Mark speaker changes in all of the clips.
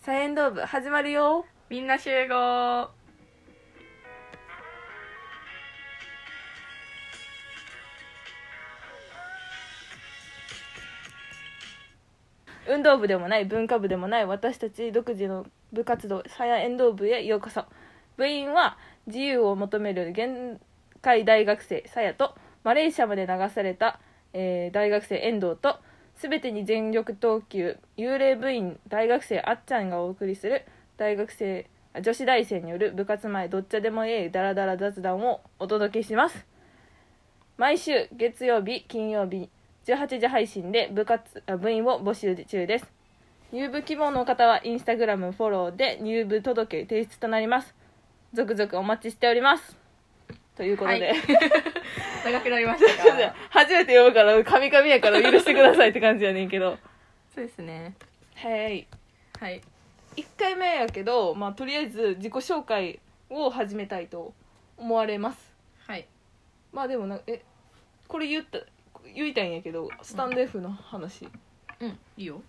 Speaker 1: サイエンドー部始まるよ
Speaker 2: みんな集合
Speaker 1: 運動部でもない文化部でもない私たち独自の部活動サイエンドー部へようこそ部員は自由を求める限界大学生サヤとマレーシアまで流された、えー大学生遠藤と全てに全力投球幽霊部員大学生あっちゃんがお送りする大学生あ女子大生による部活前どっちゃでもええダラダラ雑談をお届けします毎週月曜日金曜日18時配信で部活あ部員を募集中です入部希望の方はインスタグラムフォローで入部届提出となります続々お待ちしておりますということで、
Speaker 2: はい 長くなりましたが
Speaker 1: 初めて読むからカミカミやから許してくださいって感じやねんけど
Speaker 2: そうですね
Speaker 1: はい
Speaker 2: はい
Speaker 1: 1回目やけど、まあ、とりあえず自己紹介を始めたいと思われます
Speaker 2: はい
Speaker 1: まあでもなえこれ言った言いたいんやけどスタンド F の話、
Speaker 2: うんいいよ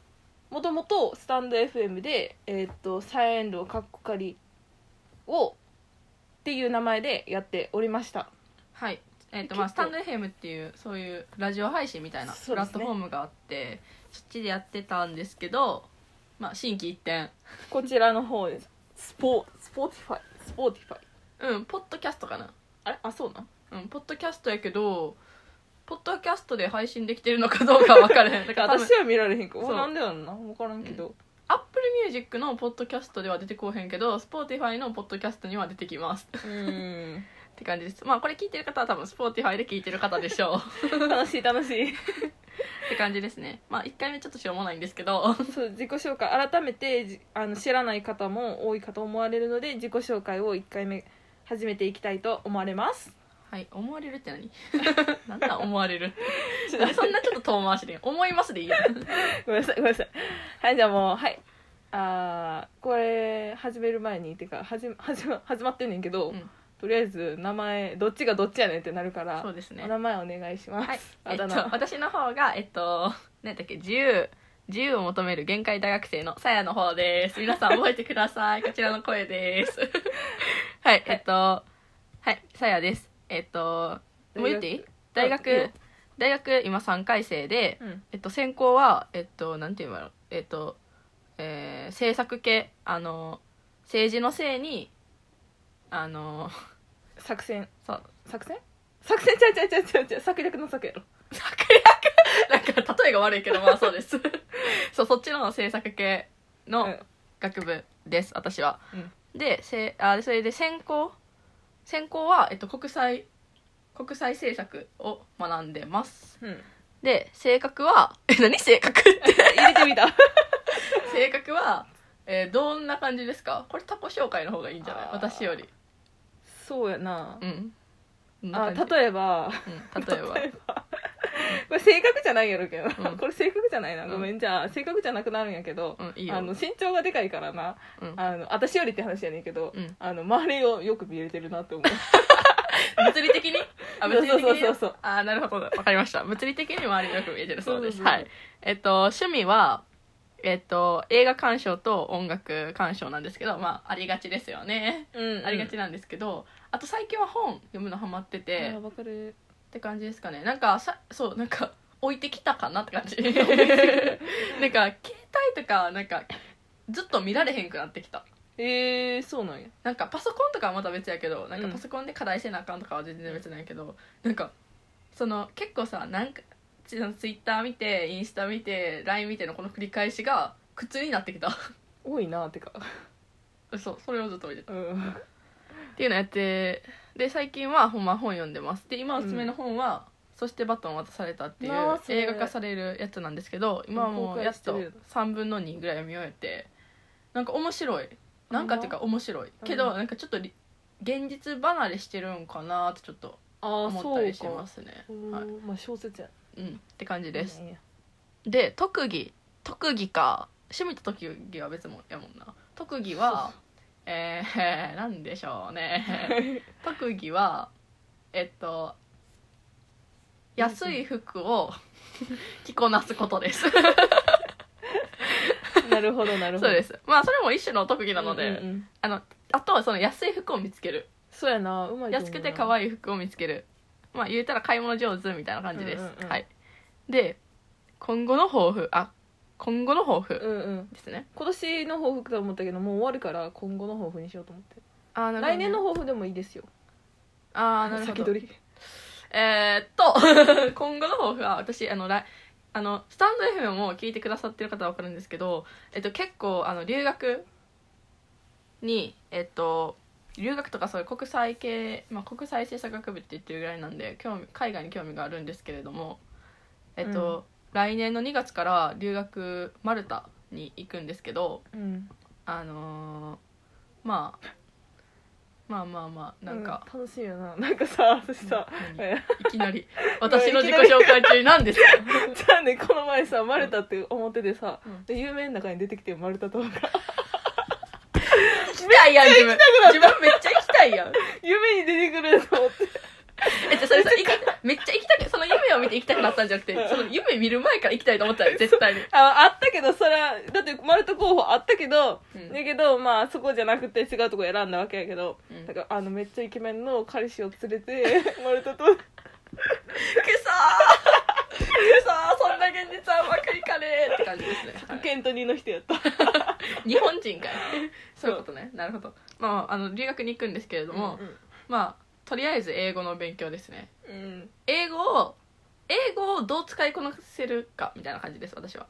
Speaker 1: もともとスタンド FM で、えーっとサイエンドカッコカリをっていう名前でやっておりました
Speaker 2: はいえっ、
Speaker 1: 結
Speaker 2: と
Speaker 1: 構
Speaker 2: まあスタンド FM っていうそういうラジオ配信みたいな
Speaker 1: そ
Speaker 2: プ
Speaker 1: うで
Speaker 2: ラ
Speaker 1: す
Speaker 2: ッ
Speaker 1: ね
Speaker 2: トフォームがあって、そっちでやってたんですけどまあ新規一転
Speaker 1: こちらの方ですスポスポーティファイスポーティファイ
Speaker 2: うんポッドキャストかな
Speaker 1: あれあそうなん
Speaker 2: うんポッドキャストやけどポッドキャストで配信できてるのかどうか分から へんだから多分
Speaker 1: 私は見られへんか
Speaker 2: そう
Speaker 1: なんでやんな分からんけど、
Speaker 2: アップルミュージックのポッドキャストでは出てこうへんけど Spotify のポッドキャストには出てきます
Speaker 1: うーん
Speaker 2: って感じですまあこれ聞いてる方は多分 Spotify で聞いてる方でしょう
Speaker 1: 楽しい楽しい
Speaker 2: って感じですねまあ1回目ちょっとしょうもないんですけど
Speaker 1: そう自己紹介改めてじあの知らない方も多いかと思われるので自己紹介を1回目始めていきたいと思われます
Speaker 2: はい思われるって何 なんだ思われ るそんなちょっと遠回しで思いますでいいよ
Speaker 1: ごめんなさいごめんなさいはいじゃあもうはいあーこれ始める前にっていうか始ま始ま始まってんねんけど、
Speaker 2: うん
Speaker 1: とりあえず名前どっちがどっちやねんってなるから
Speaker 2: そうですね
Speaker 1: お名前お願いします、
Speaker 2: はいえ
Speaker 1: あ
Speaker 2: っ
Speaker 1: だ
Speaker 2: と
Speaker 1: 名、
Speaker 2: 私の方がえっと何だっけ自由自由を求める限界大学生のさやの方です皆さん覚えてくだ さいこちらの声ですはいえっとはいさやですえっともう言っていい大
Speaker 1: 大学
Speaker 2: 学
Speaker 1: あいいよ
Speaker 2: 大学今3回生で、
Speaker 1: うん
Speaker 2: えっと、専攻はえっとなんて言うんだろうえっと、えー政策系あの政治のせいにあの
Speaker 1: 作戦
Speaker 2: そう
Speaker 1: 作戦作戦ちゃうちゃうちゃうちゃうちゃう策略の策やろ
Speaker 2: 策略なんか例えが悪いけどまあそうです そうそっちの政策系
Speaker 1: う
Speaker 2: の
Speaker 1: ん
Speaker 2: 学部です、私は
Speaker 1: うん
Speaker 2: でせあそれで専攻専攻は、えっと、国際国際政策を学んでます
Speaker 1: うん、
Speaker 2: で性格はえ何性格って
Speaker 1: 入れてみ た
Speaker 2: 性格は、えーどんな感じですかこれタコ紹介の方がいいんじゃない
Speaker 1: あー
Speaker 2: 私より
Speaker 1: そうやな
Speaker 2: うん
Speaker 1: あ
Speaker 2: えば、
Speaker 1: 例えば
Speaker 2: うん例え ば
Speaker 1: これ性格じゃないやろうけどな、
Speaker 2: うん
Speaker 1: これ性格じゃないな
Speaker 2: うん
Speaker 1: ごめんじゃあ性格じゃなくなるんやけど、
Speaker 2: うんいいよ
Speaker 1: あの身長がでかいからな
Speaker 2: うん
Speaker 1: あの私よりって話やねんけど、
Speaker 2: うん
Speaker 1: あの周りをよく見れてるなって思う
Speaker 2: 物理的にあ物理的に
Speaker 1: そうそうそうそう
Speaker 2: あーなるほどわかりました物理的に周りよく見えてるそうです
Speaker 1: そうそうそう
Speaker 2: はいえっと趣味はえっと映画鑑賞と音楽鑑賞なんですけどまあありがちですよね
Speaker 1: うん
Speaker 2: ありがちなんですけど、あと最近は本読むのハマってて、
Speaker 1: あーわかる
Speaker 2: って感じですかねなんかさそうなんか置いてきたかなって 感じなんか携帯とかなんかずっと見られへんくなってきた
Speaker 1: えー、そうなんや
Speaker 2: なんかパソコンとかはまた別やけどなんか
Speaker 1: うん
Speaker 2: パソコンで課題せなあかんとかは全然別なんやけど、なんかその結構さなんかツイッター見てインスタ見て LINE 見てのこの繰り返しが苦痛になってきた
Speaker 1: 多いなってか
Speaker 2: そうそれをずっと見てた
Speaker 1: うん
Speaker 2: っていうのやってで最近はほんま本読んでますで今おすすめの本は「そしてバトン渡された」っていう
Speaker 1: なあそれ
Speaker 2: 映画化されるやつなんですけど今はもうやっと
Speaker 1: 公開してる
Speaker 2: 3分の2ぐらい読み終えてなんか面白いなんかっていうか面白いけど
Speaker 1: うん
Speaker 2: なんかちょっとり現実離れしてるんかなってちょっと
Speaker 1: ああ
Speaker 2: 思った
Speaker 1: そう
Speaker 2: りし
Speaker 1: か
Speaker 2: ますね
Speaker 1: おー
Speaker 2: は
Speaker 1: まあ小説や
Speaker 2: い、うん、って感じです
Speaker 1: いいや
Speaker 2: で特技特技か趣味と特技は別もんやもんな特 技はえー、なんでしょうね特技はえっと安い服を着こなすことです
Speaker 1: ななるほどなるほど
Speaker 2: そうですまあそれも一種の特技なので、
Speaker 1: うんうんうん
Speaker 2: あのあとはその安い服を見つける
Speaker 1: そうやなうまい
Speaker 2: 安くて可
Speaker 1: い
Speaker 2: 愛い服を見つけるまあ言うたら買い物上手みたいな感じです、
Speaker 1: うんうんうん
Speaker 2: はいで今後の抱負あ今後の抱負
Speaker 1: うんうん
Speaker 2: ですね、
Speaker 1: 今年の抱負だと思ったけどもう終わるから今後の抱負にしようと思って
Speaker 2: あーなるほどね
Speaker 1: 来年の抱負でもいいですよ
Speaker 2: あーなるほ
Speaker 1: 先
Speaker 2: ど
Speaker 1: 取り
Speaker 2: えーっと 今後の抱負は私あの来あのスタンド FM も聞いてくださってる方は分かるんですけど、えっと、結構あの留学にえっと留学とかそういう国際系、まあ、国際政策学部って言ってるぐらいなんで興味海外に興味があるんですけれどもえっと、来年の2月から留学マルタに行くんですけど
Speaker 1: うん
Speaker 2: あのーまあまあまあまあなんか、
Speaker 1: う楽しいよななんかさ私さ
Speaker 2: うん
Speaker 1: え
Speaker 2: いきなり私の自己紹介中に何 です か
Speaker 1: じゃあねこの前さマルタって表でさ
Speaker 2: うん
Speaker 1: 有名の中に出てきてよマルタ とか
Speaker 2: 行きたいやん自分自分めっちゃ行きたいやん
Speaker 1: 夢に出てくると思って
Speaker 2: えじゃあそれさ行きめっちゃ行きたくその夢を見て行きたくなったんじゃなくてその夢見る前から行きたいと思ったよ絶対に
Speaker 1: ああったけどそれはだってマルタ候補あったけど、
Speaker 2: うん
Speaker 1: だけどまあそこじゃなくて違うとこ選んだわけやけど、
Speaker 2: うん
Speaker 1: だからあのめっちゃイケメンの彼氏を連れ てマルタと
Speaker 2: くそーくそーそんな現実はうまくいかねえって感じ ですね、はい
Speaker 1: ケントニーの人やった
Speaker 2: 日本人かいそういうことねなるほどまあまああの留学に行くんですけれども、まあとりあえず英語の勉強ですね
Speaker 1: うん、うん
Speaker 2: 英語を英語をどう使いこなせるかみたいな感じです私は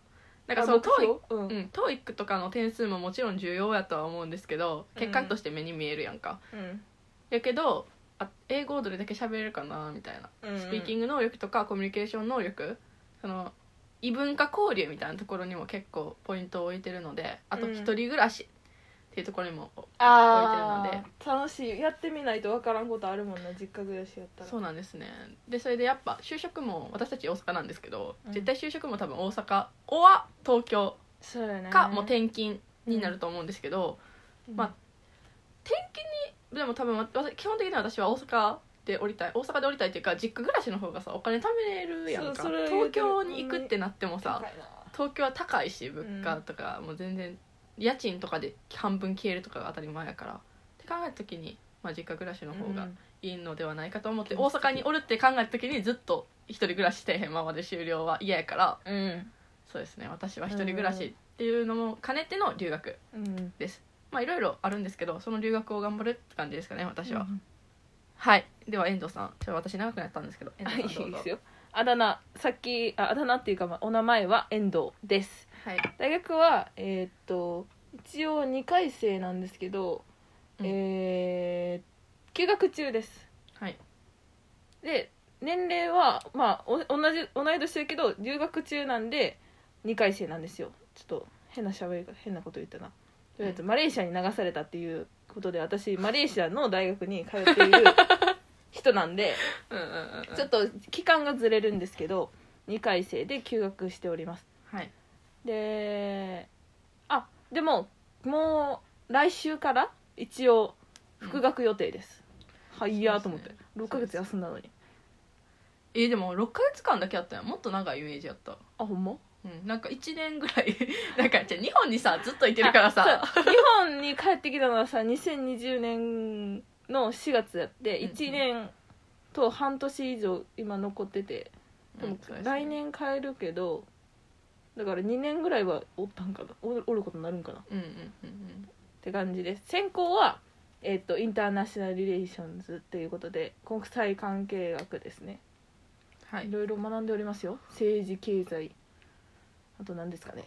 Speaker 2: なんかその
Speaker 1: あ僕
Speaker 2: TOEIC
Speaker 1: そううん
Speaker 2: うん、TOEIC とかの点数ももちろん重要やとは思うんですけど結果として目に見えるやんか、
Speaker 1: うん
Speaker 2: やけどあ英語をどれだけ喋れるかなみたいな、
Speaker 1: うん
Speaker 2: スピーキング能力とかコミュニケーション能力その異文化交流みたいなところにも結構ポイントを置いてるのであ
Speaker 1: う
Speaker 2: と
Speaker 1: ん
Speaker 2: 一人暮らしっていうところにも、
Speaker 1: あ
Speaker 2: 置いてる
Speaker 1: ー
Speaker 2: の
Speaker 1: 楽しいやってみないと分からんことあるもんな実家暮らしやったら
Speaker 2: そうなんですねでそれでやっぱ就職も私たち大阪なんですけど、
Speaker 1: うん
Speaker 2: 絶対就職も多分大阪おは東京
Speaker 1: そうやね
Speaker 2: か、もう転勤になると思うんですけど、まあ転勤にでも多分わわ基本的には私は大阪で降りたい大阪で降りたいっていうか実家暮らしの方がさお金貯めれるやん
Speaker 1: そ
Speaker 2: か
Speaker 1: うそれを言う
Speaker 2: 東
Speaker 1: てる
Speaker 2: 京に行くってなっても
Speaker 1: あ
Speaker 2: さ東京は高いし物価とかもう全然家賃とかで半分消えるとかが当たり前やからって考えた時に、まあ、実家暮らしの方がいいのではないかと思って、
Speaker 1: うん
Speaker 2: 大阪におるって考えた時にずっと一人暮らししてへんままで終了は嫌やから
Speaker 1: うん
Speaker 2: そうですね私は一人暮らしっていうのも兼ねての留学
Speaker 1: うん
Speaker 2: ですまあいろいろあるんですけどその留学を頑張るって感じですかね私は、はいでは遠藤さんちょっと私長くなったんですけど遠
Speaker 1: あ
Speaker 2: 藤
Speaker 1: い
Speaker 2: さ
Speaker 1: いう
Speaker 2: んどぞ
Speaker 1: ですよあだ名さっきああだ名っていうか、まあ、お名前は遠藤です
Speaker 2: はい、
Speaker 1: 大学はえーっと一応2回生なんですけど、
Speaker 2: うん
Speaker 1: えー休学中です
Speaker 2: はい、
Speaker 1: で年齢はまあお同じ同い年だけど留学中なんで2回生なんですよちょっと変な喋りが変なこと言ったなとりあえずマレーシアに流されたっていうことで私マレーシアの大学に通っている人なんで
Speaker 2: うんうんうん
Speaker 1: ちょっと期間がずれるんですけど2回生で休学しております
Speaker 2: はい
Speaker 1: であでももう来週から一応復学予定です、はいやーと思って、
Speaker 2: そうですね
Speaker 1: 6ヶ月休んだのに
Speaker 2: えーでも6ヶ月間だけやったやんもっと長いイメージやった
Speaker 1: あほんま
Speaker 2: うん、なんか1年ぐらい なんかじゃあ日本にさずっといてるからさ
Speaker 1: あそう日本に帰ってきたのはさ2020年の4月やって
Speaker 2: うんうん
Speaker 1: 1年と半年以上今残っててで
Speaker 2: う
Speaker 1: も
Speaker 2: んそうですね
Speaker 1: 来年帰るけどだから2年ぐらいはおったんかなおるおることになるんかなっ
Speaker 2: うんうんうん
Speaker 1: て感じです専攻はえっとインターナショナル・リレーションズっていうことで国際関係学ですね
Speaker 2: はいい
Speaker 1: ろいろ学んでおりますよ政治経済あと何ですかね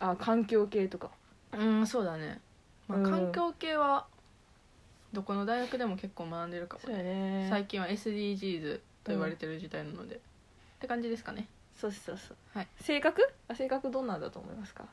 Speaker 1: あ環境系とか
Speaker 2: うんそうだね、まあ
Speaker 1: うん
Speaker 2: 環境系はどこの大学でも結構学んでるかも
Speaker 1: そうやね
Speaker 2: 最近は SDGs と言われてる時代なので、って感じですかね
Speaker 1: そうそうそう、
Speaker 2: はい
Speaker 1: 性格あ性格どんなんだと思いますか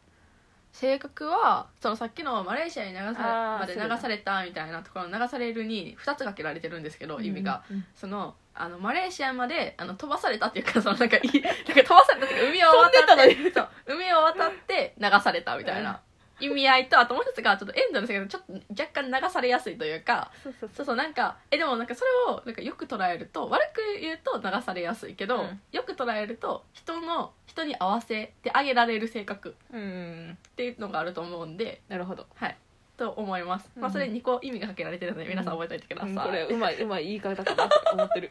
Speaker 2: 性格はそのさっきのマレーシアに流され
Speaker 1: あー
Speaker 2: まで流
Speaker 1: そうだ
Speaker 2: されたみたいなところの流されるに2つかけられてるんですけど意味が、
Speaker 1: うんうん
Speaker 2: そのあのマレーシアまであの飛ばされたっていうかその なんかいいなんか飛ばされたっていうか海を渡って
Speaker 1: 飛んで
Speaker 2: そう海を渡って流されたみたいな意味合いとあともう一つがちょっとエンドの性格ちょっと若干流されやすいというか
Speaker 1: そうそう
Speaker 2: そうそうなんかえでもなんかそれをなんかよく捉えると悪く言うと流されやすいけど、
Speaker 1: うん
Speaker 2: よく捉えると人の一人に合わせてあげられる性格っ
Speaker 1: うん
Speaker 2: ていうのがあると思うんで
Speaker 1: なるほど、
Speaker 2: はいと思います、ま
Speaker 1: う
Speaker 2: あ
Speaker 1: ん
Speaker 2: それに個意味がかけられてるので皆さん覚えておいてくだ
Speaker 1: う
Speaker 2: さい、
Speaker 1: んこれうまいうまい言い方か なと思ってる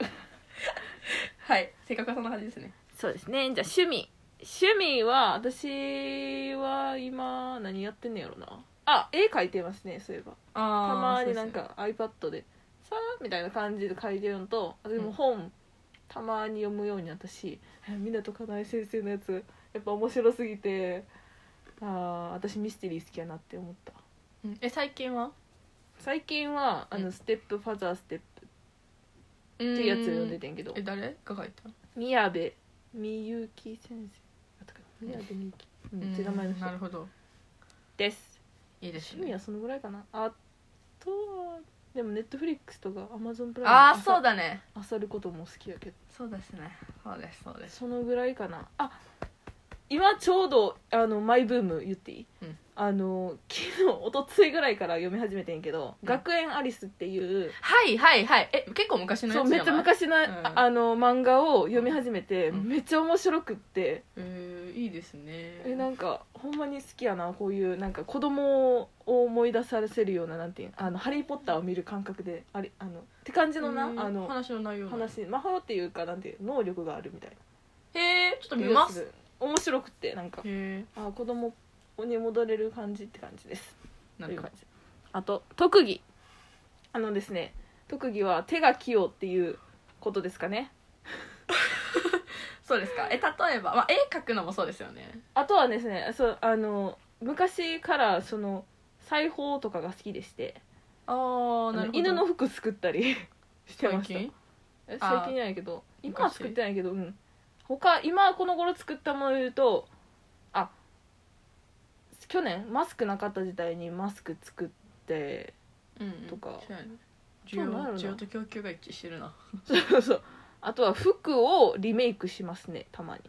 Speaker 2: はい性格はそんな感じですね
Speaker 1: そうですねじゃあ趣味趣味は私は今何やってんねやろなあ絵描いてますねそういえばた
Speaker 2: た
Speaker 1: まになんか iPad でさあみたいな感じで書いてるのとあとで
Speaker 2: う
Speaker 1: も
Speaker 2: ん
Speaker 1: 本、たまに読むようになったしえ湊かなえ先生のやつやっぱ面白すぎてあー私ミステリー好きやなって思った
Speaker 2: うんえ最近はっ
Speaker 1: 最近は「あの
Speaker 2: うん
Speaker 1: ステップファザーステップ」っ
Speaker 2: て
Speaker 1: ていうやつを読んでてんけど
Speaker 2: え誰が書いた
Speaker 1: 宮部みゆき先生あったかな宮部みゆきうんって名前の
Speaker 2: うんなる
Speaker 1: 人
Speaker 2: ほど
Speaker 1: です
Speaker 2: いいです
Speaker 1: 趣味
Speaker 2: ね
Speaker 1: はそのぐらいかなあとはでもネットフリックスとかアマゾンプラ
Speaker 2: あ
Speaker 1: イ
Speaker 2: あ
Speaker 1: ム
Speaker 2: そうだね
Speaker 1: あさることも好きやけど
Speaker 2: そうですねそうですそうです
Speaker 1: そのぐらいかなあ今ちょうどあのマイブーム言っていい、
Speaker 2: うん
Speaker 1: あの昨日一昨日ぐらいから読み始めてんけど「
Speaker 2: うん
Speaker 1: 学園アリス」っていう
Speaker 2: はいはいはいえ結構昔の
Speaker 1: そ
Speaker 2: や
Speaker 1: う
Speaker 2: つじ
Speaker 1: め
Speaker 2: ゃ
Speaker 1: っ
Speaker 2: な
Speaker 1: ち
Speaker 2: い
Speaker 1: ゃ昔の,、
Speaker 2: ん
Speaker 1: ああの漫画を読み始めて、
Speaker 2: うん
Speaker 1: めっちゃ面白くって、
Speaker 2: えーいいですね
Speaker 1: えなんかほんまに好きやなこういうなんか子供を思い出させるようななんていうんあの「ハリー・ポッター」を見る感覚であれあのって感じのな、
Speaker 2: うん
Speaker 1: あの
Speaker 2: 話の内容なんだ
Speaker 1: 話魔法っていうかなんていう能力があるみたいな
Speaker 2: へえちょっと見ますへ
Speaker 1: 面白くってなんか
Speaker 2: え
Speaker 1: あ子供に戻れる感じって感じです
Speaker 2: な
Speaker 1: と
Speaker 2: ん
Speaker 1: いう
Speaker 2: か
Speaker 1: 感じあと特技あのですね特技は手が器用っていうことですかね
Speaker 2: そうですかえ例えば、まあ、絵描くのもそうですよね
Speaker 1: あとはですねそうあの昔からその裁縫とかが好きでして
Speaker 2: ああなるほど
Speaker 1: 犬の服作ったりしてま
Speaker 2: 最
Speaker 1: した
Speaker 2: 近
Speaker 1: え
Speaker 2: あー
Speaker 1: 最近じゃないけど今は
Speaker 2: 昔
Speaker 1: 作ってないけどうん他今この頃作ったもので言うとあ去年マスクなかった時代にマスク作って
Speaker 2: うん
Speaker 1: とか
Speaker 2: そうやね需
Speaker 1: そうなんやろ
Speaker 2: 要
Speaker 1: な
Speaker 2: 需要と供給が一致してるな
Speaker 1: そうそうあとは服をリメイクしますねたまに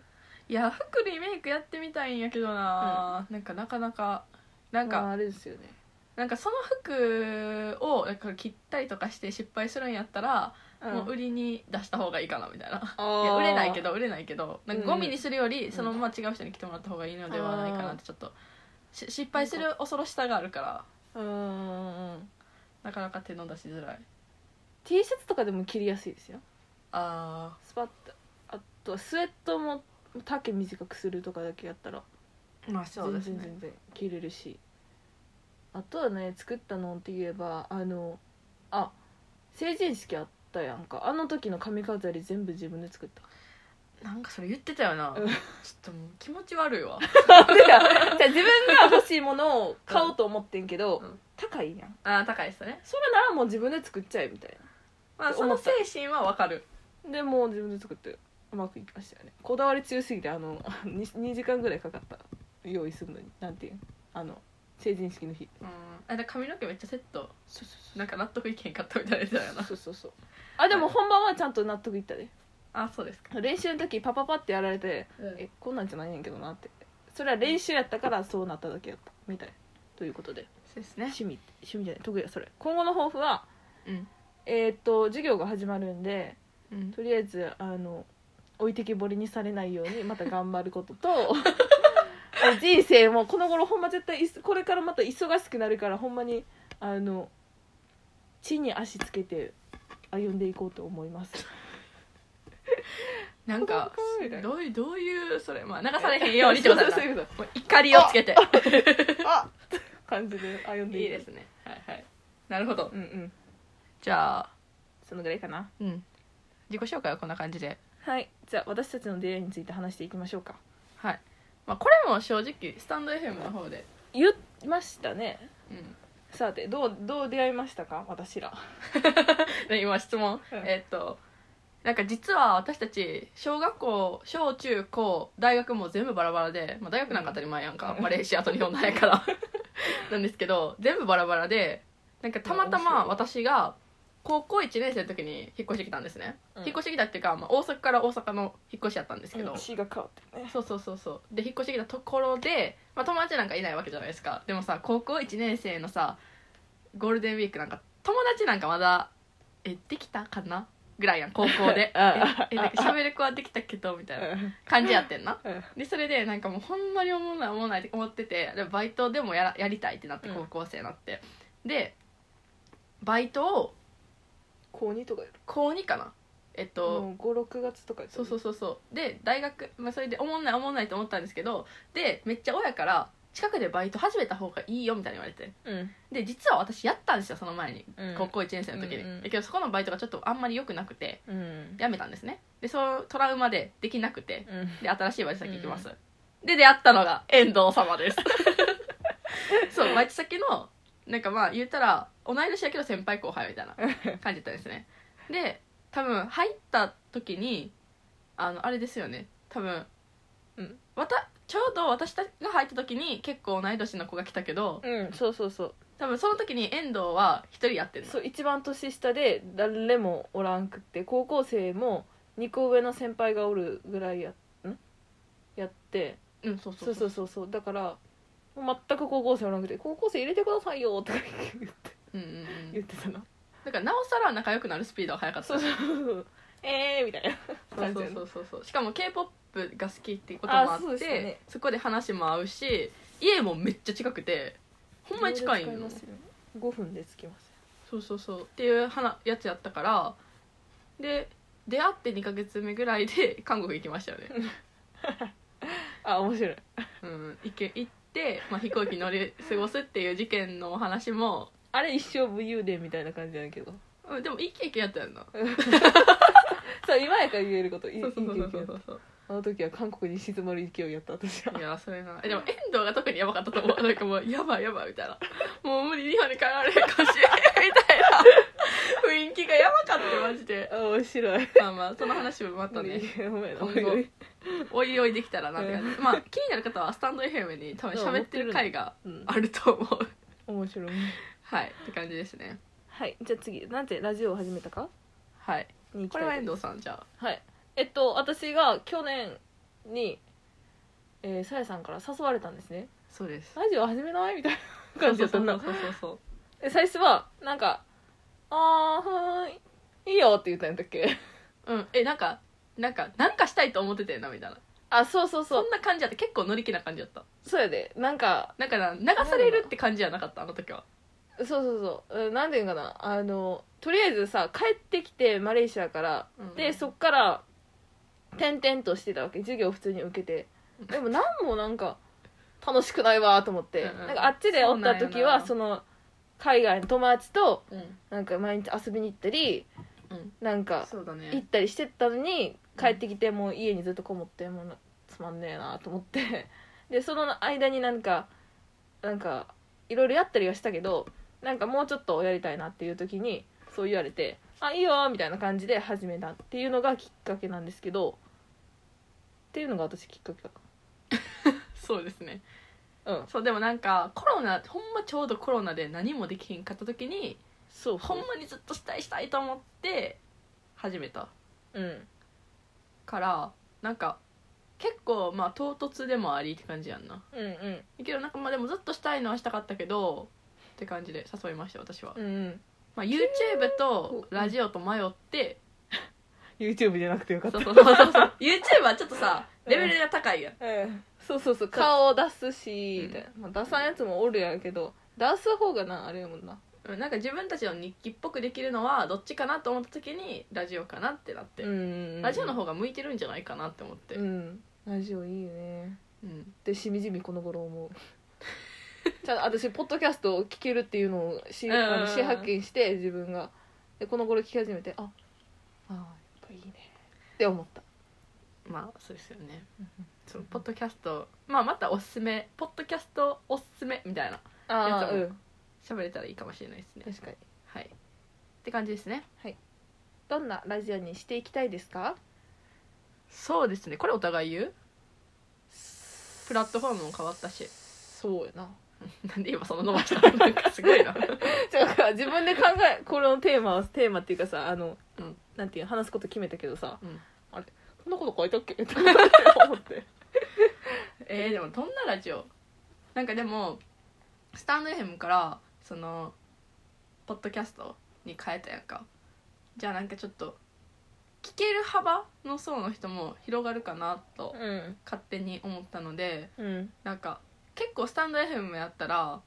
Speaker 2: いや服リメイクやってみたいんやけどな、なんかなかなかな
Speaker 1: なんんか
Speaker 2: か
Speaker 1: あれですよね
Speaker 2: なんかその服をなんか切ったりとかして失敗するんやったら、もう売りに出した方がいいかなみたいな。いや売れないけ
Speaker 1: ど
Speaker 2: ど売れないけどなんか
Speaker 1: うん
Speaker 2: ゴミにするより、
Speaker 1: ん
Speaker 2: そのまま違う人に来てもらった方がいいのではないかなってちょっとし失敗する恐ろしさがあるから
Speaker 1: うんうんうん
Speaker 2: なかなか手の出しづらい
Speaker 1: T シャツとかでも着りやすいですよ
Speaker 2: あ
Speaker 1: スパッとあとはスウェットも丈短くするとかだけやったら
Speaker 2: ーまあそうです
Speaker 1: 全然
Speaker 2: ね
Speaker 1: 全然着れるしあとはね作ったのって言えばあのあ成人式あったやんかあの時の髪飾り全部自分で作 った
Speaker 2: なんかそれ言ってたよな、
Speaker 1: うん
Speaker 2: ちょっともう気持ち悪い わ
Speaker 1: じゃあ自分が欲しいものを買おうと思ってんけど、
Speaker 2: うん
Speaker 1: 高いやん
Speaker 2: あー高いですね
Speaker 1: それならもう自分で作っちゃえみたい
Speaker 2: まあそ
Speaker 1: 思
Speaker 2: の
Speaker 1: った
Speaker 2: 精神はわかる
Speaker 1: なでもう自分で作ってうまくいきましたよねこだわり強すぎてあの 2, 2時間ぐらいかかった用意するのになんていうんあの成人式の日
Speaker 2: うんあで髪の毛めっちゃセット
Speaker 1: そうそう
Speaker 2: なんか納得いけんかったみたいなやつやな
Speaker 1: そうそうそうあでも本番はちゃんと納得いったで
Speaker 2: あそうですか、
Speaker 1: 練習の時パパパってやられて
Speaker 2: え
Speaker 1: えこんなんじゃないねんけどなってそれは練習やったからそうなっただけやったみたいということで
Speaker 2: そうですね
Speaker 1: 趣味趣味じゃない特技はそれ今後の抱負は
Speaker 2: うん、
Speaker 1: えーっと授業が始まるんで
Speaker 2: うん、
Speaker 1: とりあえずあの置いてけぼりにされないようにまた頑張ること と人生もこの頃ほんま絶対いそこれからまた忙しくなるからほんまにあの地に足つけて歩んでいこうと思います
Speaker 2: なんか
Speaker 1: 子供かわいいね
Speaker 2: どういうどういうそれまあ流されへんようにってことだ な
Speaker 1: そうそうそう
Speaker 2: もう怒りをつけて
Speaker 1: あ感じで歩んで
Speaker 2: いい
Speaker 1: こう
Speaker 2: ですねはいはいなるほど
Speaker 1: うんうん
Speaker 2: じゃあ
Speaker 1: そのぐらいかな
Speaker 2: うん自己紹介はこんな感じで
Speaker 1: はいじゃあ私たちの出会いについて話していきましょうか
Speaker 2: はい、まあ、これも正直スタンド FM の方で
Speaker 1: 言いましたね
Speaker 2: うん
Speaker 1: さてどうどう出会いましたか私ら
Speaker 2: で 今質問、
Speaker 1: うん
Speaker 2: えーっとなんか実は私たち小学校小中高大学も全部バラバラで、まあ、大学なんか当たり前やんか、
Speaker 1: うん
Speaker 2: マレーシアと日本なんやから なんですけど全部バラバラでなんかたまたま私が高校1年生の時に引っ越してきたんですね、
Speaker 1: うん
Speaker 2: 引っ越してきたっていうか、まあ、大阪から大阪の引っ越しやったんですけど、
Speaker 1: 血が変わってね
Speaker 2: そうそうそうそうで引っ越してきたところで、まあ、友達なんかいないわけじゃないですかでもさ高校1年生のさゴールデンウィークなんか友達なんかまだえできたかなぐらいやん高
Speaker 1: うん
Speaker 2: 校でええなんか喋る子はできたけどみたいな感じやってんなでそれでなんかもうほんまに思うない思うないって思っててでバイトでもやらやりたいってなって
Speaker 1: うん
Speaker 2: 高校生になって、でバイトを
Speaker 1: 高2とかやる
Speaker 2: 高2かなえっと、
Speaker 1: もう56月とか
Speaker 2: そうそううそうそうで大学、まあ、それでおもんないおもんないと思ったんですけどでめっちゃ親から近くでバイト始めた方がいいよみたいに言われて
Speaker 1: うん
Speaker 2: で実は私やったんですよその前に、
Speaker 1: うん
Speaker 2: 高校1年生の時に、
Speaker 1: うんうん
Speaker 2: だけどそこのバイトがちょっとあんまり良くなくて
Speaker 1: うん
Speaker 2: 辞めたんですねでそのトラウマでできなくて
Speaker 1: うん
Speaker 2: で新しいバイト先行きます、で出会ったのが遠藤 様ですそうバイト先のなんかまあ言ったら同い年だけど先輩後輩みたいな感じだったんですねで多分入った時にあのあれですよね多分、
Speaker 1: うん
Speaker 2: わたちょうど私たちが入った時に結構同い年の子が来たけど
Speaker 1: うんそうそうそう
Speaker 2: 多分その時に遠藤は一人やってるの
Speaker 1: そう一番年下で誰もおらんくって高校生も2個上の先輩がおるぐらいやんやって
Speaker 2: うんそうそ
Speaker 1: そううそうそうそうだからもう全く高校生おらんくて「高校生入れてくださいよ」とか言って
Speaker 2: うんうんう
Speaker 1: 言
Speaker 2: ん
Speaker 1: ってたな
Speaker 2: だからなおさら仲良くなるスピードが速かった
Speaker 1: そうそうそうえーみたいな
Speaker 2: そう
Speaker 1: 感
Speaker 2: そ
Speaker 1: じ
Speaker 2: う
Speaker 1: や
Speaker 2: そ
Speaker 1: ね
Speaker 2: うそうそうしかも k p o p が好きっていうこともあって
Speaker 1: あ
Speaker 2: そ
Speaker 1: そうですよね
Speaker 2: こで話も合うし家もめっちゃ近くてほんまに近い
Speaker 1: い
Speaker 2: の
Speaker 1: ますよ5分で着きます
Speaker 2: そうそうそうっていう話やつやったからで出会って2ヶ月目ぐらいで 韓国行きましたよね、
Speaker 1: あ面白い
Speaker 2: うん、行け行って、まあ、飛行機乗り過ごすっていう事件のお話も、
Speaker 1: あれ一生武勇伝みたいな感じやねんけど
Speaker 2: うん、でもいい経験やったよな
Speaker 1: そう今やから言えることいいいい
Speaker 2: そう
Speaker 1: 経
Speaker 2: そう
Speaker 1: 験やっ
Speaker 2: そうそうそう
Speaker 1: たあの時は韓国に静まる勢いやった私はい
Speaker 2: やそれなえでも遠藤が特にやばかったと思う なんかもうやばいやばいみたいなもう無理日本に帰られへんかもしれへんみたいな雰囲気がやばかったマジで
Speaker 1: あ面白い
Speaker 2: まあまあその話もまたね
Speaker 1: ごめんな
Speaker 2: 今後おいおいできたらなって感じまあ気になる方はスタンド FM に多分喋ってる回が
Speaker 1: うん
Speaker 2: あると思う
Speaker 1: 面白い
Speaker 2: はいって感じですね
Speaker 1: はいじゃあ次なんてラジオを始めたか
Speaker 2: はい
Speaker 1: に行き
Speaker 2: こ
Speaker 1: たい
Speaker 2: れは
Speaker 1: と思います
Speaker 2: 遠藤さんじゃあ
Speaker 1: はいえっと私が去年にえーさやさんから誘われたんですね
Speaker 2: そうです
Speaker 1: ラジオ始めないみたいな
Speaker 2: そう
Speaker 1: 感じ
Speaker 2: そ
Speaker 1: だ
Speaker 2: う
Speaker 1: った
Speaker 2: そうそ
Speaker 1: な
Speaker 2: うそう
Speaker 1: で最初はなんか「あーはーいいいよ」って言ったんだっけ
Speaker 2: うんえなんかなんかなんかしたいと思ってたよなみたいな
Speaker 1: あそうそうそ
Speaker 2: そ
Speaker 1: うん
Speaker 2: な感じやった結構乗り気な感じやった
Speaker 1: そうやでなんか
Speaker 2: なんかな流されるって感じじゃなかったあの時は
Speaker 1: そうそうそううんなんていうんかなあのとりあえずさ帰ってきてマレーシアから、
Speaker 2: うん
Speaker 1: でそっから転々としてたわけ授業普通に受けてでも何もなんか楽しくないわと思って、
Speaker 2: うんうん
Speaker 1: なんかあっちでおった時は
Speaker 2: そ
Speaker 1: その海外の友達と
Speaker 2: うん
Speaker 1: なんか毎日遊びに行ったり
Speaker 2: うん
Speaker 1: なんか
Speaker 2: そうだね
Speaker 1: 行ったりしてたのに帰ってきてもう家にずっとこもってもうなつまんねえなと思って でその間になんかなんかいろいろやったりはしたけどなんかもうちょっとやりたいなっていう時にそう言われて「あいいよ」みたいな感じで始めたっていうのがきっかけなんですけどっていうのが私きっかけか
Speaker 2: そうですね
Speaker 1: なうん
Speaker 2: そうでもなんかコロナほんまちょうどコロナで何もできへんかった時に
Speaker 1: そう
Speaker 2: ほん
Speaker 1: そう
Speaker 2: まにずっとしたいしたいと思って始めた
Speaker 1: うん
Speaker 2: からなんか結構まあ唐突でもありって感じやんな
Speaker 1: うんうん
Speaker 2: けどなんかまあでもずっとしたいのはしたかったけどって感じで誘いました私は、
Speaker 1: うんうん
Speaker 2: まあ、YouTube とラジオと迷って、
Speaker 1: YouTube じゃなくてよかっ
Speaker 2: そ
Speaker 1: た
Speaker 2: うそうそうそう YouTube はちょっとさレベルが高いやん
Speaker 1: うんそうそうそう顔を出すし、
Speaker 2: うん
Speaker 1: みたいなまあ、出さんやつもおるやけど出す方がなあれやもんな
Speaker 2: うんなんか自分たちの日記っぽくできるのはどっちかなと思った時にラジオかなってなって、
Speaker 1: うん
Speaker 2: ラジオの方が向いてるんじゃないかなって思って、
Speaker 1: うんラジオいいよね
Speaker 2: うん
Speaker 1: でしみじみこの頃 思うじゃあ私ポッドキャストを聞けるっていうのをし、
Speaker 2: うんうんうん
Speaker 1: あの新発見して自分がでこの頃聞き始めてああーやっぱいいねって思った
Speaker 2: まあそうですよねそう
Speaker 1: うん
Speaker 2: ポッドキャスト、まあ、またおすすめポッドキャストおすすめみたいな
Speaker 1: あ
Speaker 2: やつ
Speaker 1: あ
Speaker 2: も
Speaker 1: うん
Speaker 2: 喋れたらいいかもしれないですね
Speaker 1: 確かに
Speaker 2: はいって感じですね
Speaker 1: どんなラジオにしていきたいですか
Speaker 2: そうですねこれお互い言うプラットフォームも変わった し
Speaker 1: そうやな
Speaker 2: なんで今その伸ばしたのなんかすごいな
Speaker 1: だから自分で考えこのテーマをテーマっていうかさあの、
Speaker 2: うん
Speaker 1: なんていうの話すこと決めたけどさ
Speaker 2: うん
Speaker 1: こんなこと書いたっけって思って
Speaker 2: えー、でもどんなラジオなんかでもスタンド FM からそのポッドキャストに変えたやんかじゃあなんかちょっと聞ける幅の層の人も広がるかな と
Speaker 1: うん
Speaker 2: 勝手に思ったので
Speaker 1: うん
Speaker 2: なんか結構スタンド FM やったら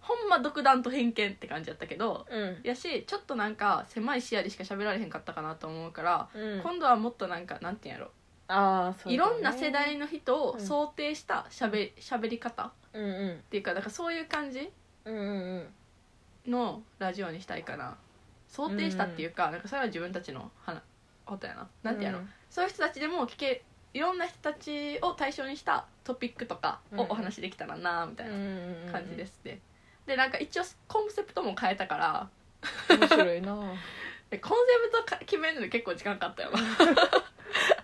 Speaker 2: ほんま独断と偏見って感じやったけど
Speaker 1: うん
Speaker 2: やしちょっとなんか狭い視野でしか喋られへんかったかなと思うから、
Speaker 1: うん
Speaker 2: 今度はもっとなんかなんていうんやろ
Speaker 1: ああそう
Speaker 2: い
Speaker 1: だね
Speaker 2: ろんな世代の人
Speaker 1: う
Speaker 2: を
Speaker 1: ん
Speaker 2: 想定したしゃべ喋り方っ
Speaker 1: うんうん
Speaker 2: ていうかなんかそういう感じ
Speaker 1: うんうん
Speaker 2: のラジオにしたいかな想定したっていうか,、なんかそれは自分たちの話ことやななんてやろ、う
Speaker 1: うん
Speaker 2: そういう人たちでも聞けいろんな人たちを対象にしたトピックとかを
Speaker 1: うん
Speaker 2: お話しできたらなみたい
Speaker 1: うん
Speaker 2: な
Speaker 1: うんうん
Speaker 2: 感じですね、でなんか一応コンセプトも変えたから
Speaker 1: 面白いな
Speaker 2: でコンセプトか決めるのに結構時間かかったよ、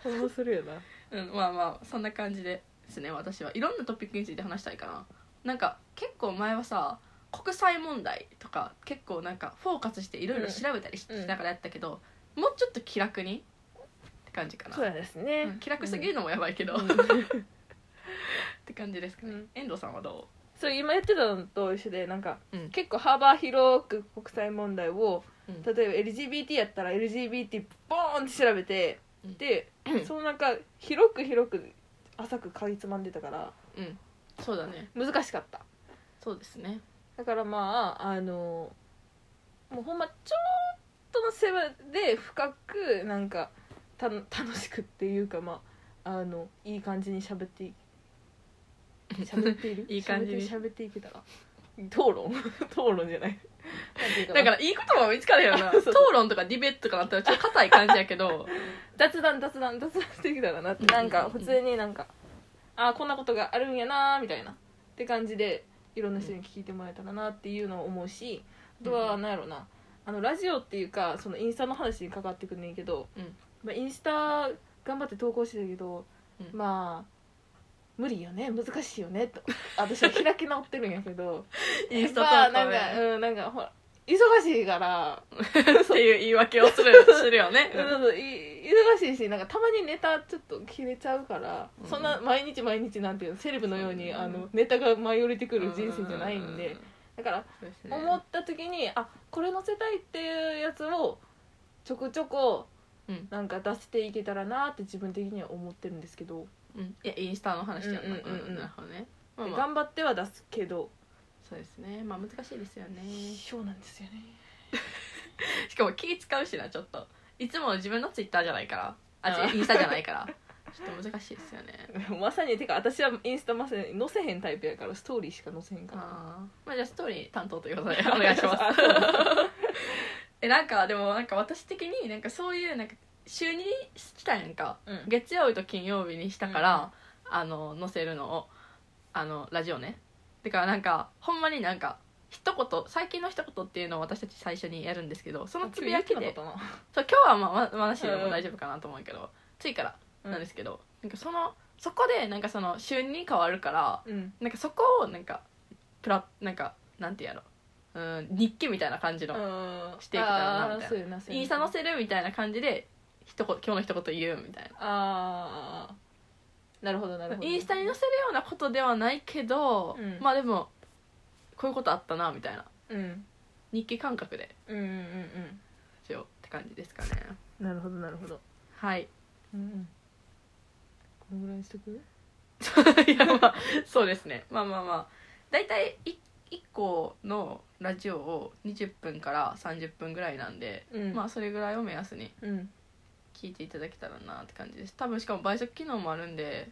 Speaker 1: 面白いよな
Speaker 2: うん、まあまあそんな感じですね私はいろんなトピックについて話したいかななんか結構前はさ国際問題とか結構なんかフォーカスしていろいろ調べたりし,、
Speaker 1: うん
Speaker 2: ながらやったけどもうちょっと気楽にって感じかな
Speaker 1: そうですね、
Speaker 2: うん気楽すぎるのもやばいけど、
Speaker 1: う
Speaker 2: っ
Speaker 1: ん
Speaker 2: て感じですかね、
Speaker 1: うん
Speaker 2: 遠藤さんはど
Speaker 1: そう今言ってたのと一緒でなんか、
Speaker 2: うん
Speaker 1: 結構幅広く国際問題を
Speaker 2: う、
Speaker 1: 例えば LGBT やったら LGBT ボーンって調べて、
Speaker 2: うん
Speaker 1: で、
Speaker 2: うん
Speaker 1: そのなんか広く広く浅くかいつまんでたから
Speaker 2: うん、そうだね
Speaker 1: 難しかった
Speaker 2: そうですね
Speaker 1: だからまああのもうほんまちょっとの世話で深くなんかた楽しくっていうかまああのいい感じに喋ってい 喋っている
Speaker 2: いい感じに
Speaker 1: 喋っていけたら討論 討論じゃないなんていうか
Speaker 2: だからいい言葉は見つか るよな討論とかディベートとかなったらちょっと硬い感じやけど
Speaker 1: 雑談雑談雑談してきたらなって
Speaker 2: うんうん
Speaker 1: な
Speaker 2: うん
Speaker 1: んか普通になんかああこんなことがあるんやなーみたいなって感じでいろんな人に聞いてもらえたらなっていうのを思うしあと
Speaker 2: う
Speaker 1: は
Speaker 2: ん
Speaker 1: なんやろなあのラジオっていうかそのインスタの話に関わってくんねんけど、
Speaker 2: うん
Speaker 1: まあ、インスタ頑張って投稿してたけど、
Speaker 2: うん
Speaker 1: まあ無理よね難しいよねと私は開き直ってるんやけど
Speaker 2: インス
Speaker 1: ま
Speaker 2: タ
Speaker 1: あ
Speaker 2: 投
Speaker 1: なん
Speaker 2: 稿
Speaker 1: か
Speaker 2: ね
Speaker 1: うんなんかほら忙しいから
Speaker 2: っていう言い訳をするするよね
Speaker 1: そうそうそうい忙しいしなんかたまにネタちょっと切れちゃうから、
Speaker 2: うん
Speaker 1: そんな毎日毎日なんていうのセレブのように
Speaker 2: そう
Speaker 1: あのネタが舞い降りてく
Speaker 2: う
Speaker 1: る人生じゃないんでだから
Speaker 2: そうですね
Speaker 1: 思った時にあこれ載せたいっていうやつをちょこちょこ
Speaker 2: うん
Speaker 1: なんか出していけたらなって自分的には思ってるんですけど、
Speaker 2: うんいやインスタの話じゃない、
Speaker 1: うんうんうんうん
Speaker 2: なるほどねまあまあ
Speaker 1: 頑張っては出すけど、
Speaker 2: そうですねまあ難しいですよね
Speaker 1: そうなんですよね
Speaker 2: しかも気使うしなちょっといつもの自分のツイッターじゃないからあ
Speaker 1: あ
Speaker 2: 違うインスタじゃないから ちょっと難しいですよね
Speaker 1: まさにてか私はインスタまさに載せへんタイプやからストーリーしか載せへんから
Speaker 2: あーまあじゃあストーリー担当という ことでお願いします えなんかでもなんか私的になんかそういうなんか週にしたやんか
Speaker 1: うん
Speaker 2: 月曜日と金曜日にしたから、あの載せるのをあのラジオねだからなんかほんまになんか一言最近の一言っていうのを私たち最初にやるんですけどそのつぶやき
Speaker 1: 今日言っ
Speaker 2: で
Speaker 1: てなかっ
Speaker 2: そう今日はまあままなしでも大丈夫かなと思うけど、ついから
Speaker 1: た
Speaker 2: な
Speaker 1: なん
Speaker 2: ですけど、なんかそのそこでなんかその週に変わるから
Speaker 1: うん
Speaker 2: なんかそこをなんかプラなんかなんて言うやろうん日記みたいな感じの、していけたらなみた
Speaker 1: あー
Speaker 2: いな
Speaker 1: そうやなそうやな
Speaker 2: インスタ載せるみたいな感じで一言今日の一言言うみたいな。
Speaker 1: ああなるほどなるほど
Speaker 2: インスタに載せるようなことではないけど、
Speaker 1: うん
Speaker 2: まあでもこういうことあったなみたいな
Speaker 1: うん
Speaker 2: 日記感覚で
Speaker 1: うんうんうん
Speaker 2: しようって感じですかね
Speaker 1: うんなるほどなるほど
Speaker 2: はい
Speaker 1: うんうんこのぐらいにしとく
Speaker 2: いやまあそうですねまあまあまあ大体い1個のラジオを20分から30分ぐらいなんで、
Speaker 1: うん
Speaker 2: まあそれぐらいを目安に
Speaker 1: うん
Speaker 2: 聞いていただけたらなって感じです多分しかも倍速機能もあるんで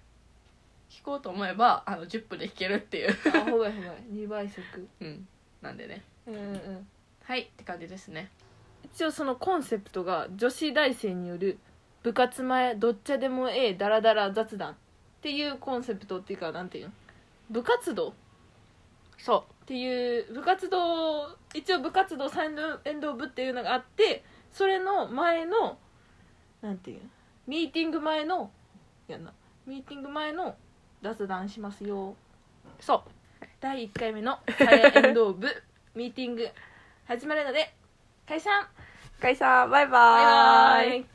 Speaker 2: 聞こうと思えばあの10分で聞けるっていう、
Speaker 1: あほばいほばい2倍速
Speaker 2: うん、なんでね
Speaker 1: うんうんうん
Speaker 2: はいって感じですね
Speaker 1: 一応そのコンセプトが女子大生による部活前どっちでもええダラダラ雑談っていうコンセプトっていうかなんていうの部活動
Speaker 2: そ
Speaker 1: っていう部活動一応部活動三連動部っていうのがあってそれの前のなんていうのミーティング前のやんなミーティング前の雑談しますよ
Speaker 2: うそう
Speaker 1: 第1回目の三連動部ミーティング始まるので解散
Speaker 2: 解散バイバ
Speaker 1: バイバ
Speaker 2: イ
Speaker 1: イ